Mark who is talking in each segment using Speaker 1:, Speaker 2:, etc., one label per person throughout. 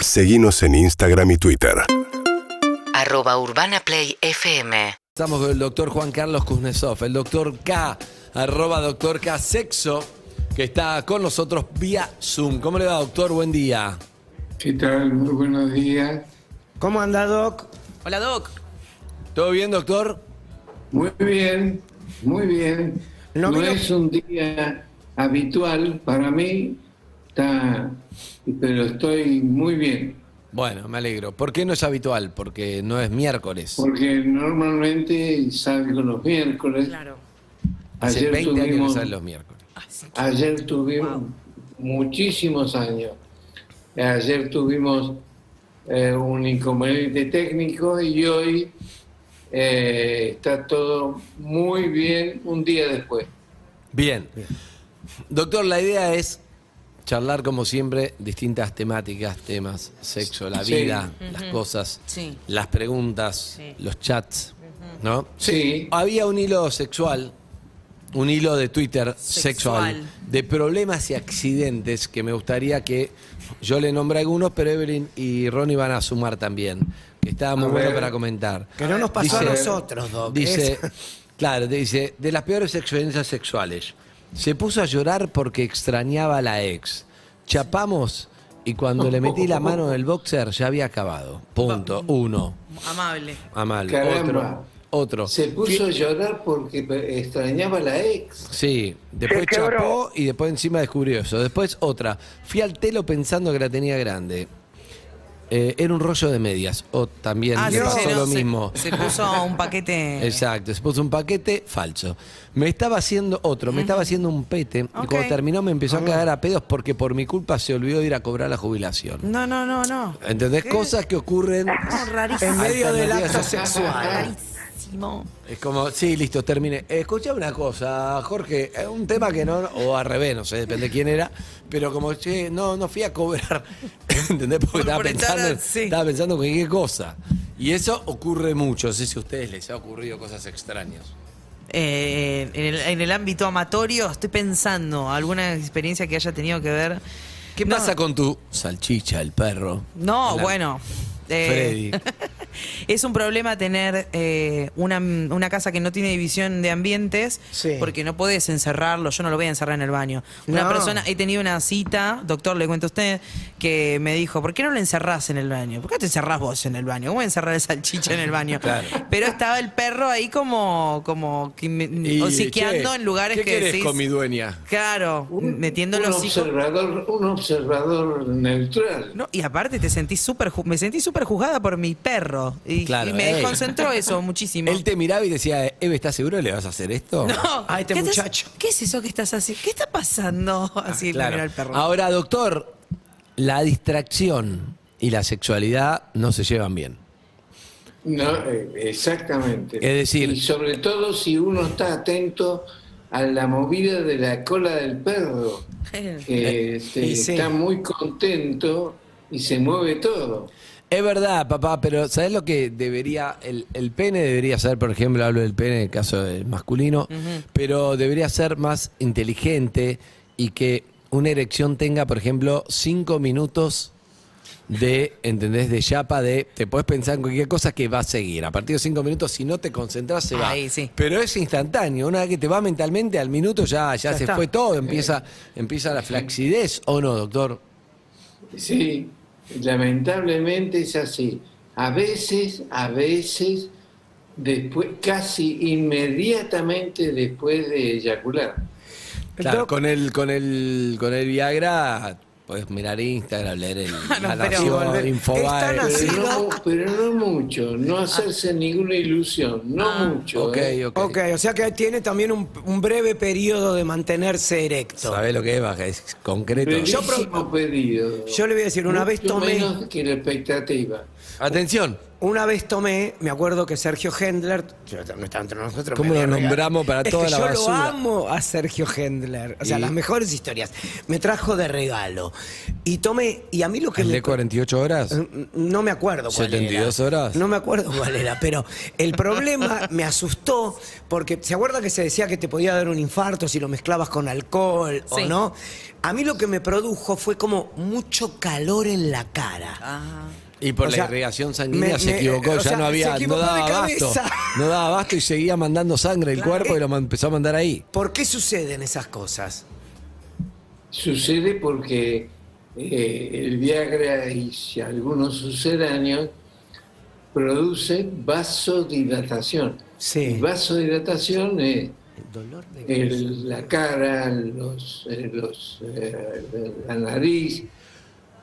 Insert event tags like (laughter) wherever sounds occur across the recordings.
Speaker 1: Seguimos en Instagram y Twitter.
Speaker 2: arroba urbanaplayfm.
Speaker 3: Estamos con el doctor Juan Carlos Kuznetsov, el doctor K, arroba doctor K Sexo, que está con nosotros vía Zoom. ¿Cómo le va, doctor? Buen día.
Speaker 4: ¿Qué tal? Muy buenos días.
Speaker 5: ¿Cómo anda, Doc?
Speaker 6: Hola, Doc.
Speaker 3: ¿Todo bien, doctor?
Speaker 4: Muy bien, muy bien.
Speaker 5: No
Speaker 4: No,
Speaker 5: creo-
Speaker 4: es un día habitual para mí, está- pero estoy muy bien,
Speaker 3: Bueno, me alegro. ¿Por qué no es habitual? Porque no es miércoles.
Speaker 4: porque normalmente salgo los miércoles.
Speaker 6: Claro.
Speaker 3: Hace
Speaker 4: Ayer
Speaker 3: 20 años que
Speaker 4: tuvimos-
Speaker 3: salen los miércoles.
Speaker 4: Ayer tuvimos muchísimos años. Ayer tuvimos eh, un inconveniente técnico y hoy eh, está todo muy bien un día después.
Speaker 3: Bien. Doctor, la idea es charlar, como siempre, distintas temáticas, temas, sexo, la
Speaker 4: Sí.
Speaker 3: vida, las cosas,
Speaker 6: Sí.
Speaker 3: las preguntas,
Speaker 6: Sí.
Speaker 3: los chats, ¿no?
Speaker 4: Sí.
Speaker 3: Había un hilo sexual, un hilo de Twitter sexual,
Speaker 6: Sexual.
Speaker 3: de problemas y accidentes que me gustaría que yo le nombre algunos, pero Evelyn y Ronnie van a sumar también, que estaba muy
Speaker 4: A
Speaker 3: bueno
Speaker 4: ver.
Speaker 3: para comentar.
Speaker 5: Que no nos pasó a nosotros,
Speaker 4: (laughs)
Speaker 5: Doc.
Speaker 3: Dice,
Speaker 5: Es-
Speaker 3: claro, dice, de las peores experiencias sexuales. Se puso a llorar porque extrañaba a la ex. Chapamos y cuando le metí la mano en el boxer ya había acabado. Punto. Uno.
Speaker 6: Amable.
Speaker 3: Amal.
Speaker 4: Caramba.
Speaker 3: Otro. Otro.
Speaker 4: Se puso a llorar porque extrañaba a la ex.
Speaker 3: Sí, después chapó y después encima descubrió eso. Después otra. Fui al telo pensando que la tenía grande. Eh, era un rollo de medias. O también
Speaker 6: Ah,
Speaker 3: le
Speaker 6: se
Speaker 3: pasó
Speaker 6: llenó,
Speaker 3: lo
Speaker 6: se-
Speaker 3: mismo.
Speaker 6: Se, puso un paquete.
Speaker 3: (laughs) Exacto, se puso un paquete falso. Me estaba haciendo otro, me estaba haciendo un pete. Y
Speaker 6: Ok.
Speaker 3: cuando terminó me empezó a cagar a pedos porque por mi culpa se olvidó de ir a cobrar la jubilación.
Speaker 6: No, no, no, no.
Speaker 3: ¿Entendés? Cosas que ocurren.
Speaker 6: No,
Speaker 5: (laughs)
Speaker 6: rarísimo.
Speaker 5: En medio del
Speaker 3: Alternativas
Speaker 5: acto
Speaker 3: sexuales.
Speaker 5: sexual.
Speaker 6: Rarísimo.
Speaker 3: Es como, sí, listo, terminé. Escucha una cosa, Jorge, eh, un tema que no, o al revés, no sé, depende de quién era, pero como, che, no, no fui a cobrar, (laughs) ¿entendés? Porque
Speaker 6: Por-
Speaker 3: estaba
Speaker 6: por estar
Speaker 3: pensando, en-
Speaker 6: así.
Speaker 3: estaba pensando en qué cosa. Y eso ocurre mucho, no sé si a ustedes les ha ocurrido cosas extrañas.
Speaker 6: Eh, en, el, en el ámbito amatorio, estoy pensando alguna experiencia que haya tenido que ver.
Speaker 3: ¿Qué
Speaker 6: No,
Speaker 3: pasa con tu salchicha, el perro?
Speaker 6: No,
Speaker 3: La-
Speaker 6: bueno.
Speaker 3: Freddy.
Speaker 6: eh, (laughs) Es un problema tener eh, una, una casa que no tiene división de ambientes
Speaker 5: Sí.
Speaker 6: porque no podés encerrarlo. Yo no lo voy a encerrar en el baño. Una
Speaker 5: No.
Speaker 6: persona, he tenido una cita, doctor, le cuento a usted, que me dijo, ¿por qué no lo encerrás en el baño? ¿Por qué te encerrás vos en el baño? ¿Cómo voy a encerrar el salchicha en el baño?
Speaker 3: (laughs) Claro.
Speaker 6: Pero estaba el perro ahí como, como que me-
Speaker 3: Y,
Speaker 6: hociqueando
Speaker 3: che,
Speaker 6: en lugares
Speaker 3: ¿qué
Speaker 6: que
Speaker 3: querés
Speaker 6: decís-
Speaker 3: con mi dueña?
Speaker 6: Claro,
Speaker 4: Un-
Speaker 6: Mm, metiendo
Speaker 4: un
Speaker 6: los hijos.
Speaker 4: observador, Un observador neutral.
Speaker 6: No, y aparte te sentí súper ju- me sentí súper juzgada por mi perro. Y,
Speaker 3: Claro,
Speaker 6: y me
Speaker 3: ey.
Speaker 6: desconcentró eso muchísimo.
Speaker 3: Él te miraba y decía, Eve, ¿estás seguro que le vas a hacer esto?
Speaker 6: (laughs) No,
Speaker 5: Ah, este
Speaker 6: ¿qué estás-
Speaker 5: muchacho.
Speaker 6: ¿Qué es eso que estás haciendo? ¿Qué está pasando?
Speaker 3: Ah,
Speaker 6: Así le
Speaker 3: Claro.
Speaker 6: miró el perro.
Speaker 3: Ahora, doctor, la distracción y la sexualidad no se llevan bien.
Speaker 4: No, eh, exactamente.
Speaker 3: Es decir-
Speaker 4: y sobre todo si uno está atento a la movida de la cola del perro, que este,
Speaker 5: y sí.
Speaker 4: está muy contento y se mueve todo.
Speaker 3: Es verdad, papá, pero ¿sabes lo que debería, el, el pene debería ser, por ejemplo, hablo del pene en el caso del masculino, pero debería ser más inteligente y que una erección tenga, por ejemplo, cinco minutos de, ¿entendés? De chapa, de, te puedes pensar en cualquier cosa que va a seguir. A partir de cinco minutos, si no te concentras, se va.
Speaker 6: Ahí, sí.
Speaker 3: Pero es instantáneo. Una vez que te va mentalmente, al minuto ya, ya, se
Speaker 5: está.
Speaker 3: fue todo, empieza, empieza la flacidez, ¿o no, doctor?
Speaker 4: Sí, lamentablemente es así. A veces, a veces, después, casi inmediatamente después de eyacular.
Speaker 3: Claro,
Speaker 5: Doc,
Speaker 3: con el, con el, con el Viagra puedes mirar Instagram, leer
Speaker 5: (laughs)
Speaker 3: el
Speaker 5: Ah,
Speaker 6: No,
Speaker 3: la
Speaker 6: pero-
Speaker 3: Nación,
Speaker 5: volver-
Speaker 3: Infobae.
Speaker 5: están así.
Speaker 4: Pero no,
Speaker 5: Nacido.
Speaker 4: pero no mucho, no hacerse ninguna ilusión, no mucho.
Speaker 3: Ok,
Speaker 4: ¿eh?
Speaker 3: ok.
Speaker 5: Ah. Ok, o sea que tiene también un, un breve periodo de mantenerse erecto.
Speaker 3: ¿Sabés lo que es, Baja? Es concreto.
Speaker 4: Yo
Speaker 5: pro-
Speaker 4: pedido.
Speaker 5: Yo le voy a decir, una vez
Speaker 4: Mucho
Speaker 5: tomé.
Speaker 4: menos que la expectativa.
Speaker 3: Atención,
Speaker 5: una vez tomé, me acuerdo que Sergio Hendler, yo- no estaba entre nosotros.
Speaker 3: ¿Cómo
Speaker 5: me voy
Speaker 3: lo
Speaker 5: a regar.
Speaker 3: nombramos para
Speaker 5: Es
Speaker 3: toda
Speaker 5: que
Speaker 3: la
Speaker 5: yo lo
Speaker 3: basura?
Speaker 5: amo a Sergio Hendler, o sea,
Speaker 3: Y-
Speaker 5: las mejores historias. Me trajo de regalo y tomé y a mí lo que
Speaker 3: ¿El
Speaker 5: me
Speaker 3: de 48 horas?
Speaker 5: Eh, Mm, no me acuerdo cuál
Speaker 3: ¿72
Speaker 5: era.
Speaker 3: horas?
Speaker 5: No me acuerdo cuál era, pero el problema (laughs) me asustó porque se acuerda que se decía que te podía dar un infarto si lo mezclabas con alcohol
Speaker 7: Sí.
Speaker 5: o no. A mí lo que me produjo fue como mucho calor en la cara.
Speaker 3: Y por
Speaker 5: O
Speaker 3: la
Speaker 5: sea,
Speaker 3: irrigación sanguínea
Speaker 5: me-
Speaker 3: se
Speaker 5: me-
Speaker 3: equivocó,
Speaker 5: o
Speaker 3: ya
Speaker 5: sea,
Speaker 3: no
Speaker 5: se
Speaker 3: había, no
Speaker 5: equivocó
Speaker 3: daba
Speaker 5: de
Speaker 3: abasto.
Speaker 5: cabeza.
Speaker 3: No daba abasto y seguía mandando sangre el cuerpo y lo man- empezó a mandar ahí.
Speaker 5: ¿Por qué suceden esas cosas?
Speaker 4: Sucede porque eh, el Viagra y si algunos sucedáneos produce vasodilatación.
Speaker 5: Sí.
Speaker 4: Y vasodilatación es
Speaker 5: El dolor de
Speaker 4: el- la cara, los, eh, los, eh, la nariz,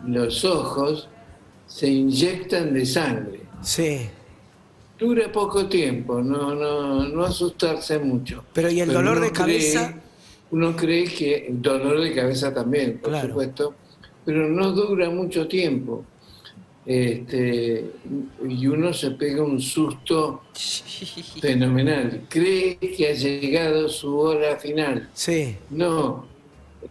Speaker 4: los ojos, se inyectan de sangre.
Speaker 5: Sí.
Speaker 4: Dura poco tiempo, no, no, no asustarse mucho.
Speaker 5: Pero, ¿y el dolor
Speaker 4: uno
Speaker 5: de cabeza?
Speaker 4: Uno cree que el dolor de cabeza también, por
Speaker 5: Claro.
Speaker 4: supuesto, pero no dura mucho tiempo. Este, y uno se pega un susto fenomenal. Cree que ha llegado su hora final.
Speaker 5: Sí.
Speaker 4: No,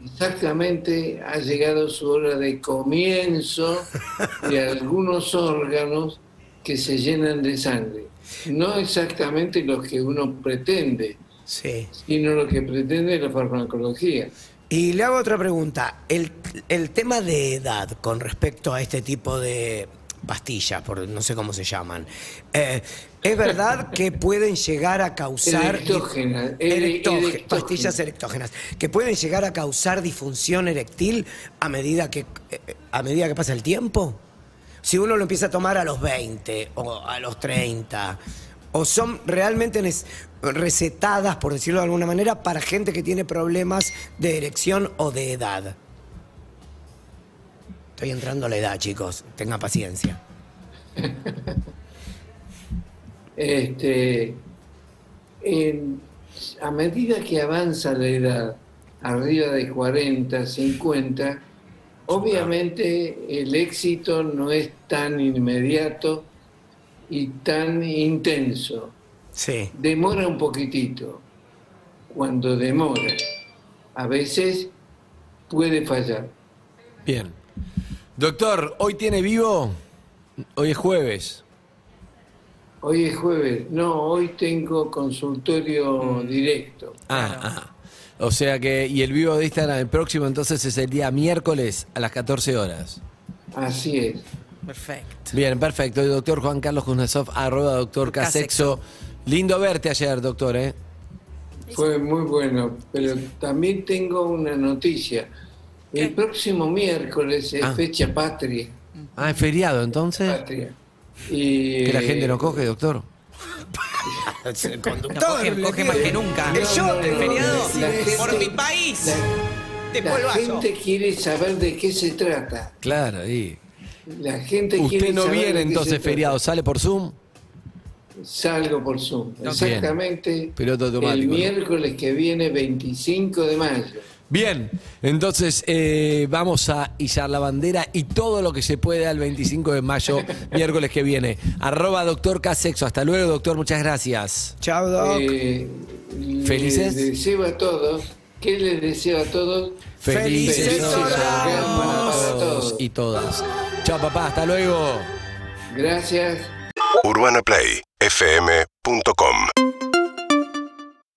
Speaker 4: exactamente ha llegado su hora de comienzo
Speaker 5: (laughs)
Speaker 4: de algunos órganos que se llenan de sangre. No exactamente los que uno pretende,
Speaker 5: Sí.
Speaker 4: sino lo que pretende la farmacología.
Speaker 5: Y le hago otra pregunta. El, el tema de edad con respecto a este tipo de pastillas, por no sé cómo se llaman, eh, ¿es verdad que pueden llegar a causar...
Speaker 4: Erectógena, ere-
Speaker 5: Erectó-
Speaker 4: erectógena.
Speaker 5: pastillas erectógenas, que pueden llegar a causar disfunción erectil a medida que, eh, eh, a medida que pasa el tiempo? Si uno lo empieza a tomar a los 20 o a los 30, o son realmente nes- recetadas, por decirlo de alguna manera, para gente que tiene problemas de erección o de edad. Estoy entrando a la edad, chicos. Tengan paciencia.
Speaker 4: Este, en- a medida que avanza la edad, arriba de 40, 50, obviamente el éxito no es tan inmediato y tan intenso.
Speaker 5: Sí.
Speaker 4: Demora un poquitito. Cuando demora, a veces puede fallar.
Speaker 3: Bien. Doctor, ¿hoy tiene vivo? Hoy es jueves.
Speaker 4: Hoy es jueves, no, hoy tengo consultorio
Speaker 3: Mm.
Speaker 4: directo.
Speaker 3: Ah, ah. O sea que, y el vivo de Instagram, el próximo entonces es el día miércoles a las 14 horas.
Speaker 4: Así es.
Speaker 6: (laughs) Perfecto.
Speaker 3: Bien, perfecto. El doctor Juan Carlos Kuznetsov, arroba doctor Casexo. Lindo verte ayer, doctor, ¿eh?
Speaker 4: Fue muy bueno, pero también tengo una noticia. El próximo miércoles es
Speaker 3: Ah.
Speaker 4: fecha patria.
Speaker 3: Ah, es feriado entonces.
Speaker 4: patria. Y,
Speaker 3: Que
Speaker 4: eh,
Speaker 3: la gente no coge, doctor.
Speaker 6: No, coge, coge más que nunca.
Speaker 4: No, no, no,
Speaker 6: el feriado,
Speaker 4: no, no,
Speaker 6: por
Speaker 4: no.
Speaker 6: mi país. te
Speaker 4: La
Speaker 6: vuelvo a yo.
Speaker 4: gente quiere saber de qué se trata.
Speaker 3: Claro, y.
Speaker 4: La gente quiere
Speaker 3: Usted no
Speaker 4: saber de
Speaker 3: viene
Speaker 4: qué se
Speaker 3: entonces
Speaker 4: trata.
Speaker 3: feriado, sale por Zoom.
Speaker 4: Salgo por Zoom. Exactamente.
Speaker 3: Piloto automático,
Speaker 4: El
Speaker 3: ¿no?
Speaker 4: miércoles que viene, 25 de mayo.
Speaker 3: Bien, entonces eh, vamos a izar la bandera y todo lo que se puede al 25 de mayo, (laughs) miércoles que viene. Arroba doctor Casexo. Hasta luego, doctor. Muchas gracias.
Speaker 5: Chao, Doc.
Speaker 4: Eh, les
Speaker 3: Ah, ¿Felices?
Speaker 4: deseo a todos. ¿Qué les deseo a todos?
Speaker 5: Felices
Speaker 4: horas
Speaker 3: para
Speaker 4: para
Speaker 3: todos
Speaker 4: todos.
Speaker 3: y todas. Chao, papá. Hasta luego.
Speaker 4: Gracias.
Speaker 1: UrbanaPlayFM.com